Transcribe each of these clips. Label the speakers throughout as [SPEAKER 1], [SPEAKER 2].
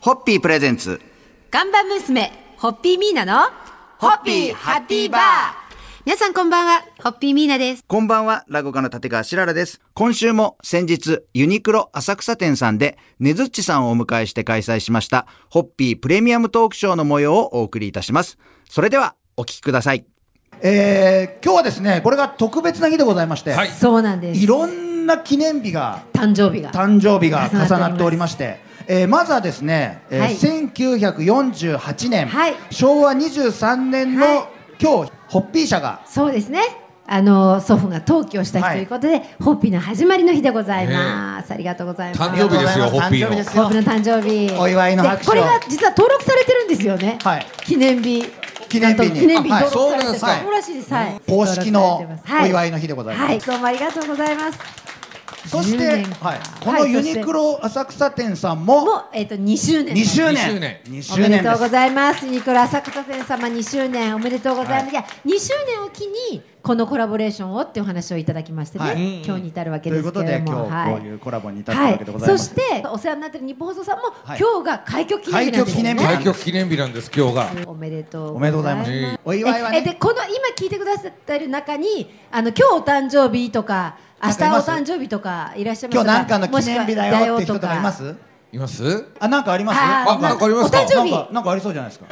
[SPEAKER 1] ホッピープレゼンツ。
[SPEAKER 2] 看板娘、ホッピーミーナの、
[SPEAKER 1] ホッピーハッピーバー
[SPEAKER 2] 皆さんこんばんは、ホッピーミーナです。
[SPEAKER 1] こんばんは、ラゴカの立川しららです。今週も先日、ユニクロ浅草店さんで、ねずっちさんをお迎えして開催しました、ホッピープレミアムトークショーの模様をお送りいたします。それでは、お聞きください。
[SPEAKER 3] えー今日はですねこれが特別な日でございまして、
[SPEAKER 4] はい
[SPEAKER 3] い、
[SPEAKER 2] そうなんです。
[SPEAKER 3] ろんな記念日が
[SPEAKER 2] 誕生日が。
[SPEAKER 3] 誕生日が重なっておりましてえーまずはですね、えー
[SPEAKER 2] はい
[SPEAKER 3] 1948年、
[SPEAKER 2] はい
[SPEAKER 3] 昭和23年の、
[SPEAKER 2] はい
[SPEAKER 3] 今日ホッピー社が
[SPEAKER 2] そうですね。あの祖父が登記をした日
[SPEAKER 3] はい
[SPEAKER 2] ということで、ホッピーの始まりの日でございます。ありがとうございます。
[SPEAKER 4] 誕生日ですよ
[SPEAKER 3] ありがとうございます
[SPEAKER 4] ホッピーの
[SPEAKER 3] 誕生日です
[SPEAKER 2] ホッピーの誕生
[SPEAKER 3] よ
[SPEAKER 2] 日。
[SPEAKER 3] お祝いの拍手を
[SPEAKER 2] でこれが実は登録されてるんですよね。
[SPEAKER 3] はい
[SPEAKER 2] 記念日。
[SPEAKER 3] 記念日に
[SPEAKER 2] 記念日
[SPEAKER 3] あはい
[SPEAKER 2] 登録されてる。
[SPEAKER 3] そうなんですか
[SPEAKER 2] そうらしいです。はい。
[SPEAKER 3] 公式のお祝いの
[SPEAKER 2] 日
[SPEAKER 3] 日でございます、
[SPEAKER 2] はい、どうもありがとうございます。
[SPEAKER 3] そし
[SPEAKER 2] 10
[SPEAKER 3] て、
[SPEAKER 2] 年
[SPEAKER 3] はい、こ
[SPEAKER 2] は
[SPEAKER 3] の
[SPEAKER 2] い
[SPEAKER 3] ユニクロ浅草店さんも
[SPEAKER 2] もうえっ、と2周年。
[SPEAKER 3] 2周
[SPEAKER 4] 2周
[SPEAKER 3] 年2
[SPEAKER 4] 年
[SPEAKER 2] お
[SPEAKER 3] 周
[SPEAKER 2] め
[SPEAKER 3] 年
[SPEAKER 2] でと
[SPEAKER 3] で
[SPEAKER 2] うご
[SPEAKER 3] す
[SPEAKER 2] ざいます。ニコラ浅草店様2周年おめでとうございます。い、や2周年を機にこのコラボレーションをっていうお話をいただきましてね、
[SPEAKER 3] はい
[SPEAKER 2] 今日に至るわけ
[SPEAKER 3] と
[SPEAKER 2] で
[SPEAKER 3] い
[SPEAKER 2] す
[SPEAKER 3] う
[SPEAKER 2] け
[SPEAKER 3] こ
[SPEAKER 2] れど
[SPEAKER 3] と
[SPEAKER 2] も、
[SPEAKER 3] で今日こう
[SPEAKER 2] はい
[SPEAKER 3] いうコラボに至った
[SPEAKER 2] は
[SPEAKER 3] わけでござい
[SPEAKER 2] い、そ
[SPEAKER 3] ます、
[SPEAKER 2] してお世話になってる日本放送さんも、
[SPEAKER 3] はい
[SPEAKER 2] 今日が開局記念日なんですよ
[SPEAKER 3] 開局記念日
[SPEAKER 2] ね。
[SPEAKER 4] 開局記念日なんです今日が
[SPEAKER 2] おめでとう
[SPEAKER 3] おめでとうございます
[SPEAKER 4] ええ
[SPEAKER 3] お祝いは
[SPEAKER 2] えで
[SPEAKER 3] ね
[SPEAKER 2] この今聞いてくださってる中にあの今日お誕生日とか明日お誕生日とかいらっしゃいます
[SPEAKER 3] 今日なんかの記念日だよって人とかいます
[SPEAKER 4] います
[SPEAKER 3] あ、なんかあります。
[SPEAKER 2] あー
[SPEAKER 4] あなんかありますか
[SPEAKER 2] お誕生
[SPEAKER 3] な
[SPEAKER 2] 日
[SPEAKER 3] んか、なんかありそうじゃないですか。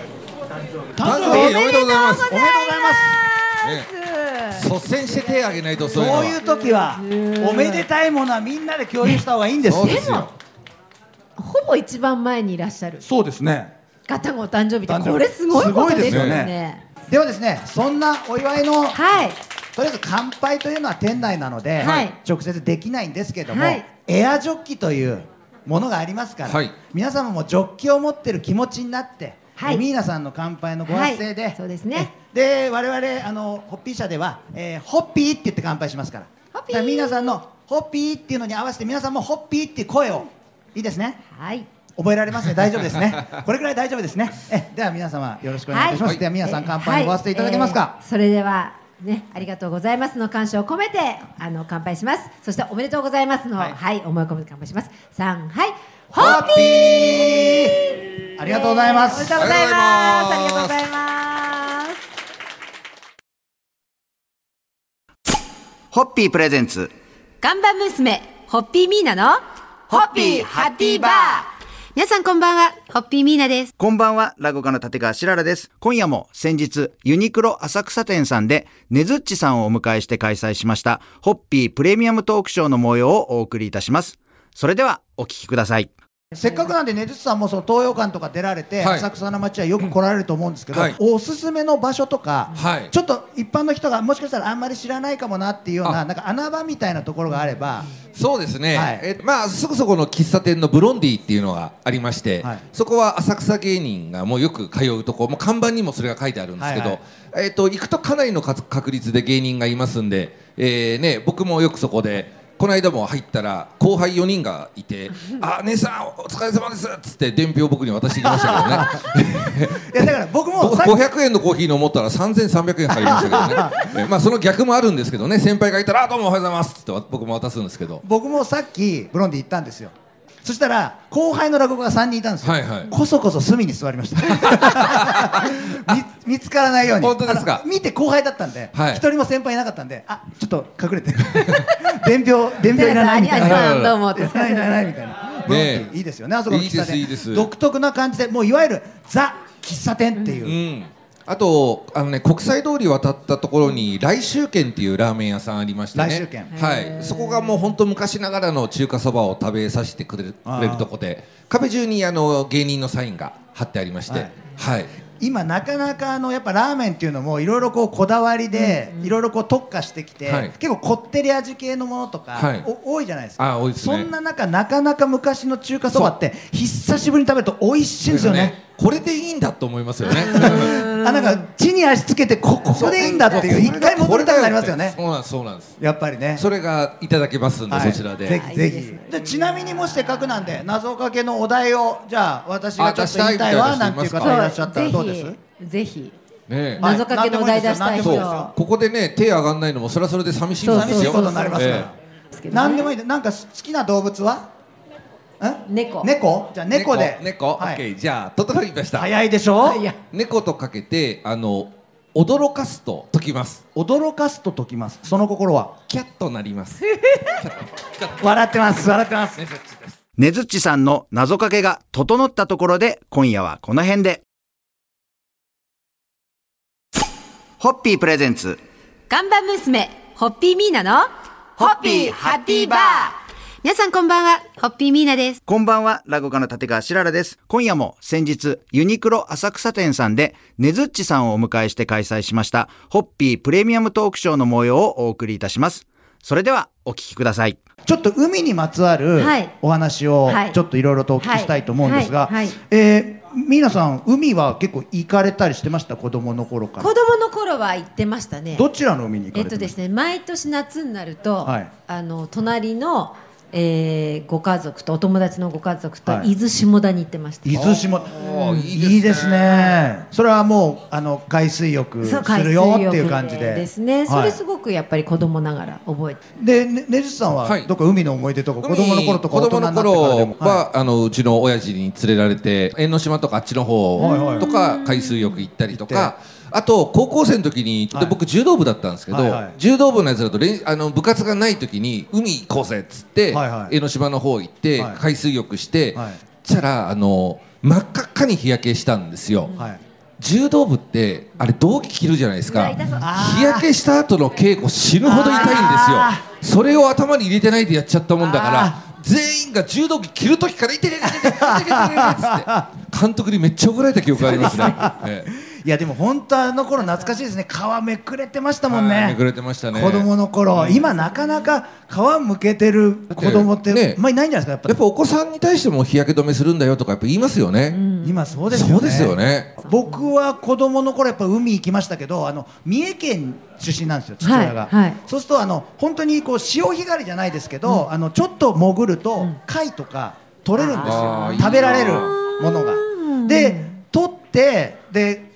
[SPEAKER 4] 誕
[SPEAKER 3] 誕
[SPEAKER 4] 生日
[SPEAKER 3] 生
[SPEAKER 4] おめでとうございます
[SPEAKER 3] おめでとうございます。
[SPEAKER 4] 率先して手あげないとそういうの
[SPEAKER 3] そ
[SPEAKER 4] は
[SPEAKER 3] ういう時は、おめでたいものはみんなで共有した方がいいんです
[SPEAKER 4] そう
[SPEAKER 3] よ
[SPEAKER 4] で。
[SPEAKER 2] です
[SPEAKER 4] よ
[SPEAKER 2] もほぼ一番前にいらっしゃる
[SPEAKER 3] そうですね。
[SPEAKER 2] 方がお誕生日
[SPEAKER 3] 誕
[SPEAKER 2] って
[SPEAKER 3] 生日
[SPEAKER 2] これすごいことですよ
[SPEAKER 3] すごいですよ
[SPEAKER 2] ね。
[SPEAKER 3] ではですね、そんなお祝いの、
[SPEAKER 2] はい、
[SPEAKER 3] とりあえず乾杯というのは店内なので
[SPEAKER 2] はい、
[SPEAKER 3] 直接できないんですけども
[SPEAKER 2] はい、
[SPEAKER 3] エアジョッキというものがありますから
[SPEAKER 4] はい、
[SPEAKER 3] 皆様もジョッキを持ってる気持ちになって
[SPEAKER 2] はい、
[SPEAKER 3] ミーナさんの乾杯のご発声
[SPEAKER 2] はい
[SPEAKER 3] で
[SPEAKER 2] そうですね、
[SPEAKER 3] で我々あのホッピー社では、えーホッピーって言って乾杯しますから
[SPEAKER 2] ホッピー
[SPEAKER 3] だから皆さんのホッピーっていうのに合わせて皆さんもホッピーっていう声をいいですね
[SPEAKER 2] はい、
[SPEAKER 3] 覚えられますね大丈夫ですねこれくらい大丈夫ですねえでは皆様よろしくお願いいたします、
[SPEAKER 4] はい
[SPEAKER 3] では皆さん乾杯のご発声いただけます
[SPEAKER 2] えーは
[SPEAKER 3] か
[SPEAKER 2] い、えーそれではね、ありがとうございますの感謝を込めてあの乾杯します。そしておめでとうございますの、は、
[SPEAKER 3] はいい
[SPEAKER 2] 思い込みで乾杯します。三はい、ホ
[SPEAKER 3] ホ
[SPEAKER 2] ッ
[SPEAKER 3] ッ
[SPEAKER 2] ピ
[SPEAKER 3] ピ
[SPEAKER 2] ー。
[SPEAKER 3] ーありがとうございま
[SPEAKER 2] おめで
[SPEAKER 3] す
[SPEAKER 2] とうございます。あ
[SPEAKER 4] あ
[SPEAKER 2] り
[SPEAKER 4] り
[SPEAKER 2] がとうご
[SPEAKER 4] がとうご
[SPEAKER 2] ざ
[SPEAKER 4] ざ
[SPEAKER 2] います。
[SPEAKER 1] ホッピープレゼンツ。
[SPEAKER 2] 看板娘、ホッピーミーナの、
[SPEAKER 1] ホッピーハッピーバー。
[SPEAKER 2] 皆さんこんばんは、ホッピーミーナです。
[SPEAKER 1] こんばんは、ラゴカの立川しららです。今夜も先日、ユニクロ浅草店さんで、ねずっちさんをお迎えして開催しました、ホッピープレミアムトークショーの模様をお送りいたします。それでは、お聞きください。
[SPEAKER 3] せっかくなんでねずつさんもその東洋館とか出られて、
[SPEAKER 4] はい
[SPEAKER 3] 浅草の街はよく来られると思うんですけど、
[SPEAKER 4] はい
[SPEAKER 3] おすすめの場所とか、
[SPEAKER 4] はい
[SPEAKER 3] ちょっと一般の人がもしかしたらあんまり知らないかもなっていうような
[SPEAKER 4] あ
[SPEAKER 3] なんか穴場みたいなところがあれば、
[SPEAKER 4] そうですね、
[SPEAKER 3] はい
[SPEAKER 4] えまあすぐそこの喫茶店のブロンディっていうのがありまして、
[SPEAKER 3] はい
[SPEAKER 4] そこは浅草芸人がもうよく通うとこもう看板にもそれが書いてあるんですけど、
[SPEAKER 3] はい
[SPEAKER 4] えっと行くとかなりのか確率で芸人がいますんで、えーね、僕もよくそこでこの間も入ったら後輩4人がいて「あ姉さんお疲れ様です」っつって伝票を僕に渡してきましたけど ね
[SPEAKER 3] いやだから僕も
[SPEAKER 4] ぼ
[SPEAKER 3] さっき
[SPEAKER 4] 500円のコーヒー飲もうったら3300円入りましたけど ねえまあその逆もあるんですけどね先輩がいたらあ「どうもおはようございます」っつって僕も渡すんですけど。
[SPEAKER 3] 僕もさっきブロンディ行ったんですよそしたら後輩の落語家が3人いたんですよ、
[SPEAKER 4] はいはい
[SPEAKER 3] こそこそ隅に座りました 見見つからないように
[SPEAKER 4] 本当ですか
[SPEAKER 3] あの見て後輩だったんで一、
[SPEAKER 4] はい
[SPEAKER 3] 人も先輩いなかったんであちょっと隠れて 伝票伝票いらないみたい
[SPEAKER 2] あ
[SPEAKER 3] な
[SPEAKER 2] り
[SPEAKER 3] い
[SPEAKER 2] が
[SPEAKER 4] は
[SPEAKER 2] と
[SPEAKER 4] いう
[SPEAKER 2] ございますどうもお疲れ様です
[SPEAKER 3] らないいらないみたいなブロンデ
[SPEAKER 4] ね
[SPEAKER 3] ィいいですよねあそこの喫茶店
[SPEAKER 4] いいですいいです
[SPEAKER 3] 独特な感じでもういわゆるザ喫茶店っていう、
[SPEAKER 4] うん、あとあの、ね、国際通り渡ったところに来州軒っていうラーメン屋さんありましてね
[SPEAKER 3] 来州軒
[SPEAKER 4] はい、そこがもう本当昔ながらの中華そばを食べさせてくれる
[SPEAKER 3] あー
[SPEAKER 4] くれるとこで壁中にあの芸人のサインが貼ってありまして、
[SPEAKER 3] は
[SPEAKER 4] はいい
[SPEAKER 3] 今なかなかあのやっぱラーメンっていうのもいろいろこうこだわりでいろいろこう特化してきて、
[SPEAKER 4] はい
[SPEAKER 3] 結構こってり味系のものとか、
[SPEAKER 4] はい
[SPEAKER 3] お多いじゃないですか
[SPEAKER 4] あ多いですね
[SPEAKER 3] そんな中なかなか昔の中華そばって久しぶりに食べると美味しいんですよね
[SPEAKER 4] これでいいんだと思いますよね。
[SPEAKER 3] あなんか地に足つけてこ ここでいいんだっていう一回戻りたくなりますよね
[SPEAKER 4] そうなんですそうなんです
[SPEAKER 3] やっぱりね
[SPEAKER 4] それがいただけますんで、
[SPEAKER 3] はい
[SPEAKER 4] そちらで
[SPEAKER 3] ぜひぜ
[SPEAKER 2] いいです
[SPEAKER 3] ひでちなみにもしせっかくなんで謎かけのお題をじゃあ私が
[SPEAKER 4] あ
[SPEAKER 3] ちょっと言いたいわなんていう
[SPEAKER 4] 出したいみ
[SPEAKER 3] 方い
[SPEAKER 4] たいな人いますかそう
[SPEAKER 3] らっしゃったらどうです
[SPEAKER 2] ぜひぜひ
[SPEAKER 4] ね
[SPEAKER 3] はい
[SPEAKER 2] 謎かけのお題出したい
[SPEAKER 3] 何で
[SPEAKER 2] 人
[SPEAKER 3] もいう
[SPEAKER 4] そ
[SPEAKER 3] いですよ
[SPEAKER 4] ここでね手上がんないのもそれはそれで寂しいんですよ
[SPEAKER 3] 寂しいことになりますから、
[SPEAKER 4] ええ
[SPEAKER 2] ですけどね
[SPEAKER 3] 何でもいいでなんか好きな動物は
[SPEAKER 2] 猫
[SPEAKER 3] 猫じゃあ猫で
[SPEAKER 4] 猫、
[SPEAKER 3] はい
[SPEAKER 4] OK じゃあ整いました
[SPEAKER 3] 早いでしょ
[SPEAKER 2] いや
[SPEAKER 4] 猫とかけてあの驚かすと解きます
[SPEAKER 3] 驚かすと解きますその心は
[SPEAKER 4] キャッとなりま すキャッと
[SPEAKER 3] 笑ってます笑ってます
[SPEAKER 4] ねそっちです
[SPEAKER 1] ねずっちさんの謎かけが整ったところで今夜はこの辺で。ホッピープレゼンツ。
[SPEAKER 5] 看板娘、ホッピーミーナの、
[SPEAKER 1] ホッピーハッピーバー
[SPEAKER 5] 皆さんこんばんは、ホッピーミーナです。
[SPEAKER 1] こんばんは、ラゴカの立川しららです。今夜も先日、ユニクロ浅草店さんで、ねずっちさんをお迎えして開催しました、ホッピープレミアムトークショーの模様をお送りいたします。それでは、お聞きください。
[SPEAKER 3] ちょっと海にまつわる
[SPEAKER 2] はい
[SPEAKER 3] お話を
[SPEAKER 2] はい
[SPEAKER 3] ちょっといろいろとお聞きしたいと思うんですが
[SPEAKER 2] はいはいはい
[SPEAKER 3] えー皆さん海は結構行かれたりしてました子供の頃から
[SPEAKER 2] 子供の頃は行ってましたね
[SPEAKER 3] どちらの海に行か
[SPEAKER 2] え
[SPEAKER 3] れ
[SPEAKER 2] ってと
[SPEAKER 3] ま
[SPEAKER 2] で
[SPEAKER 3] し
[SPEAKER 2] す
[SPEAKER 3] た
[SPEAKER 2] ね毎年夏になると、
[SPEAKER 3] はい
[SPEAKER 2] あの隣の、えーご家族とお友達のご家族と、
[SPEAKER 3] はい
[SPEAKER 2] 伊豆下田に行ってました
[SPEAKER 3] 伊豆島
[SPEAKER 4] おー
[SPEAKER 3] い
[SPEAKER 4] い
[SPEAKER 3] い
[SPEAKER 4] い
[SPEAKER 3] で
[SPEAKER 4] ですす
[SPEAKER 3] ねそれはもうあの海水浴す
[SPEAKER 2] そう海
[SPEAKER 3] る
[SPEAKER 2] 水
[SPEAKER 3] よ
[SPEAKER 2] 浴
[SPEAKER 3] っていう感じで
[SPEAKER 2] ですね、そ
[SPEAKER 3] は
[SPEAKER 2] れ
[SPEAKER 3] い
[SPEAKER 2] すごくやっぱり子供ながら覚えて
[SPEAKER 3] でねねずさんは
[SPEAKER 4] はい
[SPEAKER 3] どっか海の思い出とか子供の頃とか
[SPEAKER 4] 子
[SPEAKER 3] 大人
[SPEAKER 4] 供
[SPEAKER 3] にな
[SPEAKER 4] の
[SPEAKER 3] ってからでも
[SPEAKER 4] 頃
[SPEAKER 3] は
[SPEAKER 4] は、あのうちの親父に連れられて縁の島とかあっちの
[SPEAKER 3] はいはい
[SPEAKER 4] 方とか海水浴行ったりと
[SPEAKER 3] 行っ
[SPEAKER 4] かあと高校生の時に
[SPEAKER 3] はい
[SPEAKER 4] で僕柔道部だったんですけど
[SPEAKER 3] はいはい
[SPEAKER 4] 柔道部のやつらと練あの部活がない時に海行こうぜっつって
[SPEAKER 3] はいはい
[SPEAKER 4] 江ノ島の方行って
[SPEAKER 3] はい
[SPEAKER 4] 海水浴して
[SPEAKER 3] はい
[SPEAKER 4] したらあの真っ赤っかに日焼けしたんですよ。
[SPEAKER 3] はい
[SPEAKER 4] 柔道部ってあれ道着着るじゃないですか
[SPEAKER 2] うわ痛そう
[SPEAKER 4] 日焼けした後の稽古死ぬほど痛いん
[SPEAKER 3] あ
[SPEAKER 4] ですよそれを頭に入れてないでやっちゃったもんだか
[SPEAKER 3] あ
[SPEAKER 4] ら全員が柔道着着る時から痛い痛い痛い痛い痛い痛い痛いって監督にめっちゃ怒られた記憶がありますねええ
[SPEAKER 3] いやでも本当あの頃懐かしいですね皮めくれてましたもん
[SPEAKER 4] はい
[SPEAKER 3] ね
[SPEAKER 4] めくれてましたね
[SPEAKER 3] 子供の頃今なかなか皮むけてる子供って
[SPEAKER 4] ね
[SPEAKER 3] あんまりいないんじゃないですか
[SPEAKER 4] や
[SPEAKER 3] やっ
[SPEAKER 4] っぱお子さんに対しても日焼け止めするんだよとかやっぱ言いますよね、
[SPEAKER 3] ぱ今そうですよね
[SPEAKER 4] そうですよね
[SPEAKER 3] 僕は子供の頃やっぱ海行きましたけどあの三重県出身なんですよ父親が、
[SPEAKER 2] はいはい
[SPEAKER 3] そうするとあの本当にこう潮干狩りじゃないですけど、あのちょっと潜ると、貝とか取れるんです
[SPEAKER 4] あ
[SPEAKER 3] よ
[SPEAKER 4] ー
[SPEAKER 3] 食べられるものがで取ってで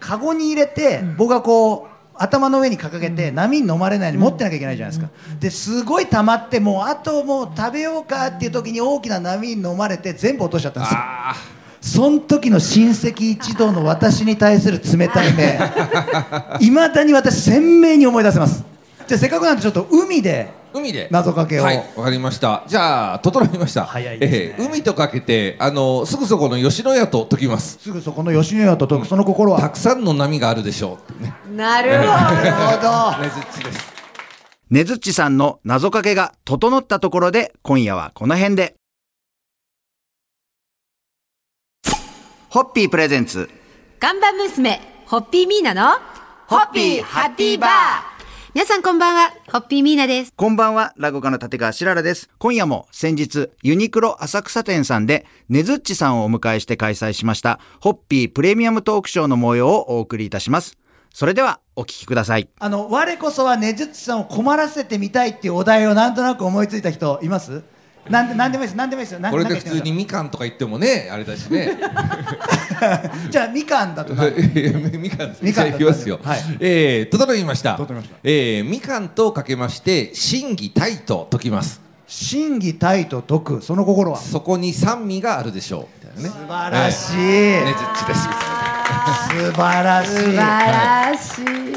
[SPEAKER 3] カゴに入れて、僕がこう頭の上に掲げて、波に飲まれないように持ってなきゃいけないじゃないですか、ですごい溜まってもうあともう食べようかっていう時に大きな波に飲まれて全部落としちゃったんですよ
[SPEAKER 4] あ
[SPEAKER 3] その時の親戚一同の私に対する冷たい目いまだに私鮮明に思い出せますじゃあせっかくなんでちょっと海で
[SPEAKER 4] ー海で
[SPEAKER 3] 謎かけを、
[SPEAKER 4] はい、わかりました。じゃあ、整いました。
[SPEAKER 3] 早いですね
[SPEAKER 4] ええ海とかけて、あの、すぐそこの吉野家と解きます。
[SPEAKER 3] すぐそこの吉野家と解くその心
[SPEAKER 4] た
[SPEAKER 3] は
[SPEAKER 4] くさんの波があるでしょう。ね、
[SPEAKER 2] なるほ ど
[SPEAKER 3] なるほ
[SPEAKER 4] ねずっちです。
[SPEAKER 1] ねずっちさんの謎かけが整ったところで今夜はこの辺で。ホッピープレゼンツ。
[SPEAKER 5] 看板娘、ホッピーミーナの、
[SPEAKER 1] ホッピーハッピーバー
[SPEAKER 5] 皆さんこんばんは、ホッピーミーナです。
[SPEAKER 1] こんばんは、ラゴカの立川しららです。今夜も先日、ユニクロ浅草店さんで、ねずっちさんをお迎えして開催しました、ホッピープレミアムトークショーの模様をお送りいたします。それでは、お聞きください。
[SPEAKER 3] あの我こそはねずつさんを困らせてみたいっていうお題をなんとなく思いついた人いますなんでなんでもいいですなんでもいいですよな
[SPEAKER 4] これ
[SPEAKER 3] な
[SPEAKER 4] で
[SPEAKER 3] んか
[SPEAKER 4] 普
[SPEAKER 3] 言ってくだ
[SPEAKER 4] 通
[SPEAKER 3] さい
[SPEAKER 4] にみかんとか言ってもね、あれだしね。
[SPEAKER 3] じゃあみかんだとなんか
[SPEAKER 4] いや みかんです。
[SPEAKER 3] みかん
[SPEAKER 4] じゃあいきますよ。
[SPEAKER 3] はい
[SPEAKER 4] ええ整いました。
[SPEAKER 3] 整いました
[SPEAKER 4] ええみかんとかけまして、審議タイと解きます。
[SPEAKER 3] 真偽体と解くその心は素
[SPEAKER 4] そこに酸味があるでしょう。みたいなね。
[SPEAKER 3] 晴らしい、
[SPEAKER 4] ええねずっちです。みたい
[SPEAKER 3] 素
[SPEAKER 4] な
[SPEAKER 3] 晴らしい
[SPEAKER 2] 素晴ら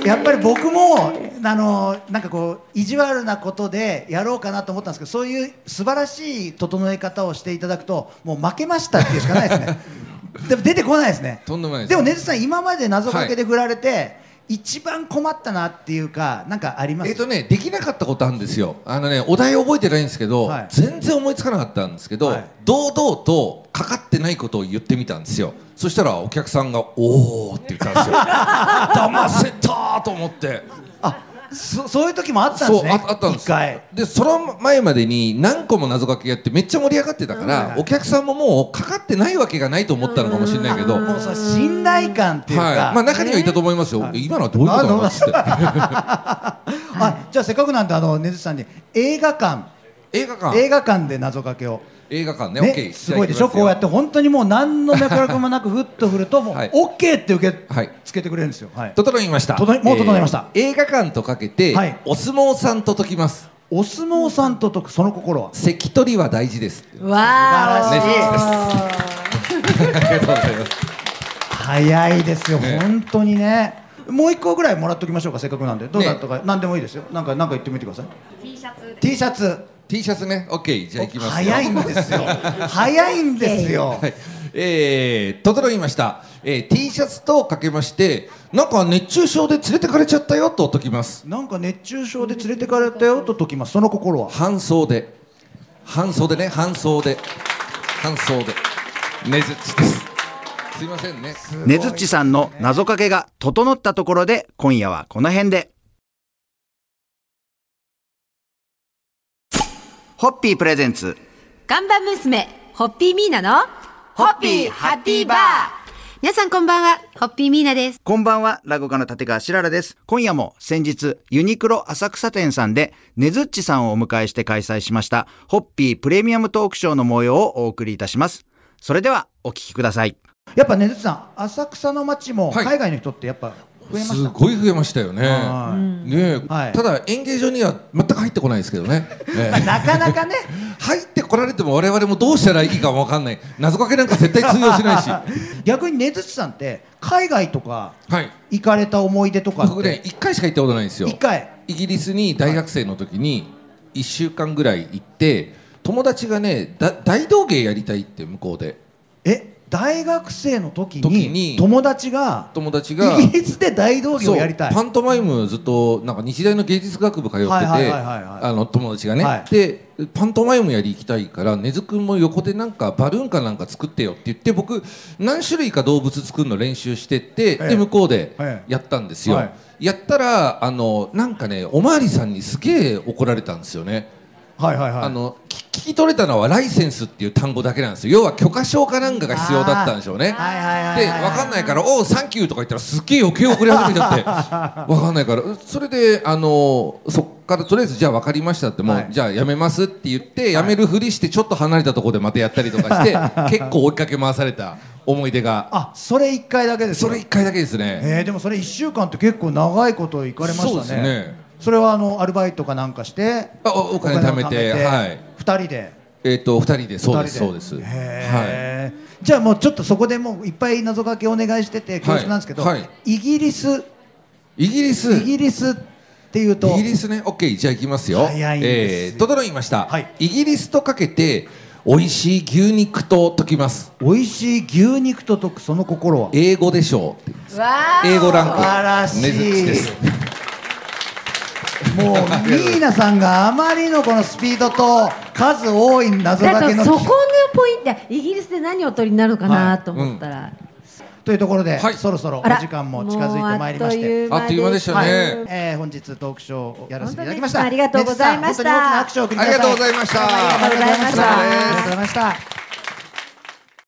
[SPEAKER 2] しい、
[SPEAKER 3] やっぱり僕もあのなんかこう意地悪なことでやろうかなと思ったんですけどそういう素晴らしい整え方をしていただくともう負けましたっていうしかないです ねでも出てこないですね
[SPEAKER 4] とんでもないです
[SPEAKER 3] でもねずさん今まで謎かけで振られて、一番困ったなっていうかなんかあります
[SPEAKER 4] えっとね、できなかったことあるんですよ。あのね、お題覚えてないんですけど、
[SPEAKER 3] はい
[SPEAKER 4] 全然思いつかなかったんですけど、
[SPEAKER 3] はい
[SPEAKER 4] 堂々とかかってないことを言ってみたんですよ。そしたらお客さんがおーって言った んですよ。騙せたーと思って。
[SPEAKER 3] あそそういう時もあったんで
[SPEAKER 4] そ
[SPEAKER 3] す
[SPEAKER 4] う
[SPEAKER 3] ね
[SPEAKER 4] ああったんです
[SPEAKER 3] 一回
[SPEAKER 4] でその前までに何個も謎かけやってめっちゃ盛り上がってたから、
[SPEAKER 3] はい
[SPEAKER 4] お客さんももうかかってないわけがないと思ったのかもしれないけど、
[SPEAKER 3] もうさ信頼感っていうか、
[SPEAKER 4] はい、まあ中にはいたと思いますよ、今のはどういうことなのっつって
[SPEAKER 3] あじゃあせっかくなんであのねずさんに映画館
[SPEAKER 4] 映画館
[SPEAKER 3] 映画館で謎かけを
[SPEAKER 4] 映画館ね
[SPEAKER 3] ね
[SPEAKER 4] OK じゃあ行きますよ
[SPEAKER 3] ごいでしょこうやって本当にもう何の脈絡もなくふっと振るともう
[SPEAKER 4] はい
[SPEAKER 3] OK って受け
[SPEAKER 4] はい
[SPEAKER 3] つけてくれるんですよ、はい、
[SPEAKER 4] 整いました
[SPEAKER 3] 整いもう整いました
[SPEAKER 4] えー映画館とかけて、
[SPEAKER 3] はい
[SPEAKER 4] お相撲さんと解きます
[SPEAKER 3] お相撲さんと解くその心は
[SPEAKER 4] 関取は大事ですっていう
[SPEAKER 2] わ
[SPEAKER 3] 素晴
[SPEAKER 2] ー
[SPEAKER 4] ありがとうございます
[SPEAKER 3] 早いですよ、
[SPEAKER 4] ね
[SPEAKER 3] 本当にねもう一個ぐらいもらっときましょうかせっかくなんでどうだったか、何でもいいですよなんかなんか言ってみてください T シャツ
[SPEAKER 4] T シャツね OK じゃあいきますよ
[SPEAKER 3] 早いんですよ早いんですよ
[SPEAKER 4] はい、えー、整いました、えー、T シャツとかけましてなんか熱中症で連れてかれちゃったよと解きます
[SPEAKER 3] なんか熱中症で連れてかれたよと解きますその心は
[SPEAKER 4] 半袖で半袖ね半袖で半袖でねずっちですすいませんね
[SPEAKER 1] ねずっちさんの謎かけが整ったところで今夜はこの辺で。ホッピープレゼンツ。
[SPEAKER 5] 看板娘、ホッピーミーナの、
[SPEAKER 1] ホッピーハッピーバー
[SPEAKER 5] 皆さんこんばんは、ホッピーミーナです。
[SPEAKER 1] こんばんは、落語家の立川しららです。今夜も先日、ユニクロ浅草店さんで、ねずっちさんをお迎えして開催しました、ホッピープレミアムトークショーの模様をお送りいたします。それでは、お聞きください。
[SPEAKER 3] やっぱねずっちさん浅草の街も
[SPEAKER 4] はい
[SPEAKER 3] 海外の人ってやっぱ増えまし
[SPEAKER 4] す
[SPEAKER 3] た、
[SPEAKER 4] ごい増えましたよね
[SPEAKER 3] は
[SPEAKER 4] ねえ
[SPEAKER 3] はい
[SPEAKER 4] ただ演芸場には全く入ってこないですけどね、え え
[SPEAKER 3] なか なかね
[SPEAKER 4] 入ってこられても我々もどうしたらいいかもわかんない謎かけなんか絶対通用 しないしは
[SPEAKER 3] 逆にねずっちさんって海外とか
[SPEAKER 4] い
[SPEAKER 3] 行かれた思い出とかっ
[SPEAKER 4] 僕ね
[SPEAKER 3] て
[SPEAKER 4] 1回しか行ったことないんですよ
[SPEAKER 3] 一回
[SPEAKER 4] イギリスに大学生の時に1週間ぐらい行って友達がねだ大道芸やりたいって向こうで
[SPEAKER 3] え大学生の時に
[SPEAKER 4] 時に
[SPEAKER 3] 友達が
[SPEAKER 4] 友達が
[SPEAKER 3] イギリスで大道芸をやりたい
[SPEAKER 4] そうパントマイムずっとなんか日大の芸術学部通ってて
[SPEAKER 3] はいはいはいはいはい
[SPEAKER 4] あの友達がね、
[SPEAKER 3] はい
[SPEAKER 4] でパントマイムやり行きたいから根津君も横でなんかバルーンかなんか作ってよって言って僕何種類か動物作るの練習してって、
[SPEAKER 3] ええ
[SPEAKER 4] で向こうで
[SPEAKER 3] ええ
[SPEAKER 4] やったんですよ、
[SPEAKER 3] はい
[SPEAKER 4] やったらあのなんかねおまわりさんにすげえ怒られたんですよね
[SPEAKER 3] はいはいはい
[SPEAKER 4] あの聞聞き取れたのはライセンスっていう単語だけなんですよ要は許可証かなんかが必要だったんでしょうね
[SPEAKER 3] はいはいはいはい
[SPEAKER 4] で分かんないから「おうサンキュー」とか言ったらすっげえ余計遅れ始めちゃっ て分かんないからそれであのそっからとりあえず「じゃあ分かりました」ってもう、
[SPEAKER 3] はい
[SPEAKER 4] じゃあやめます」って言ってやめるふりしてちょっと離れたところでまたやったり とかして結構追いかけ回された思い出が
[SPEAKER 3] あそれ一回だけです
[SPEAKER 4] そ
[SPEAKER 3] か
[SPEAKER 4] れ1回だけですね。
[SPEAKER 3] えーでもそれ1週間って結構長いこと行かれましたね
[SPEAKER 4] そうですね
[SPEAKER 3] それはあのアルバイトかなんかして
[SPEAKER 4] あおお金貯
[SPEAKER 3] お
[SPEAKER 4] めて
[SPEAKER 3] 金を
[SPEAKER 4] はい
[SPEAKER 3] 2人で
[SPEAKER 4] えっ、と2人でそうです
[SPEAKER 3] 二
[SPEAKER 4] そう
[SPEAKER 3] 人
[SPEAKER 4] です。はい
[SPEAKER 3] へえ、じゃあもうちょっとそこでもういっぱい謎かけお願いしてて恐縮なんですけど、
[SPEAKER 4] はいはい
[SPEAKER 3] イギリス
[SPEAKER 4] イギリス
[SPEAKER 3] イギリスっていうと
[SPEAKER 4] イギリスね、オッケー、じゃあ行きますよ。
[SPEAKER 3] 早いですよ
[SPEAKER 4] えー、整いました、
[SPEAKER 3] はい
[SPEAKER 4] イギリスとかけて、美味しい牛肉と解きます。
[SPEAKER 3] 美味しい牛肉と解くその心は
[SPEAKER 4] 英語でしょう。
[SPEAKER 2] わー
[SPEAKER 4] 英語ランク。
[SPEAKER 3] 素晴らしい
[SPEAKER 4] ねずっちです。
[SPEAKER 3] もうミーナさんがあまりのこのスピードと数多い謎
[SPEAKER 2] だ
[SPEAKER 3] か
[SPEAKER 2] か
[SPEAKER 3] けの
[SPEAKER 2] らそこのポイントイギリスで何を取りになるのか
[SPEAKER 3] は
[SPEAKER 2] ないと思ったら、
[SPEAKER 3] というところで、
[SPEAKER 4] はい
[SPEAKER 3] そろそろお
[SPEAKER 2] あら
[SPEAKER 3] 時間も近づいてまいりまして
[SPEAKER 2] も
[SPEAKER 4] あっという間でしたね
[SPEAKER 2] はい
[SPEAKER 3] えー、本日トークショーをやらせていただきました。
[SPEAKER 2] 本当ですありがとうございました
[SPEAKER 3] ねずさん本当に大きな拍手を送り
[SPEAKER 4] ありがとうございました。
[SPEAKER 2] ありがとうございました
[SPEAKER 3] ありがとうございました。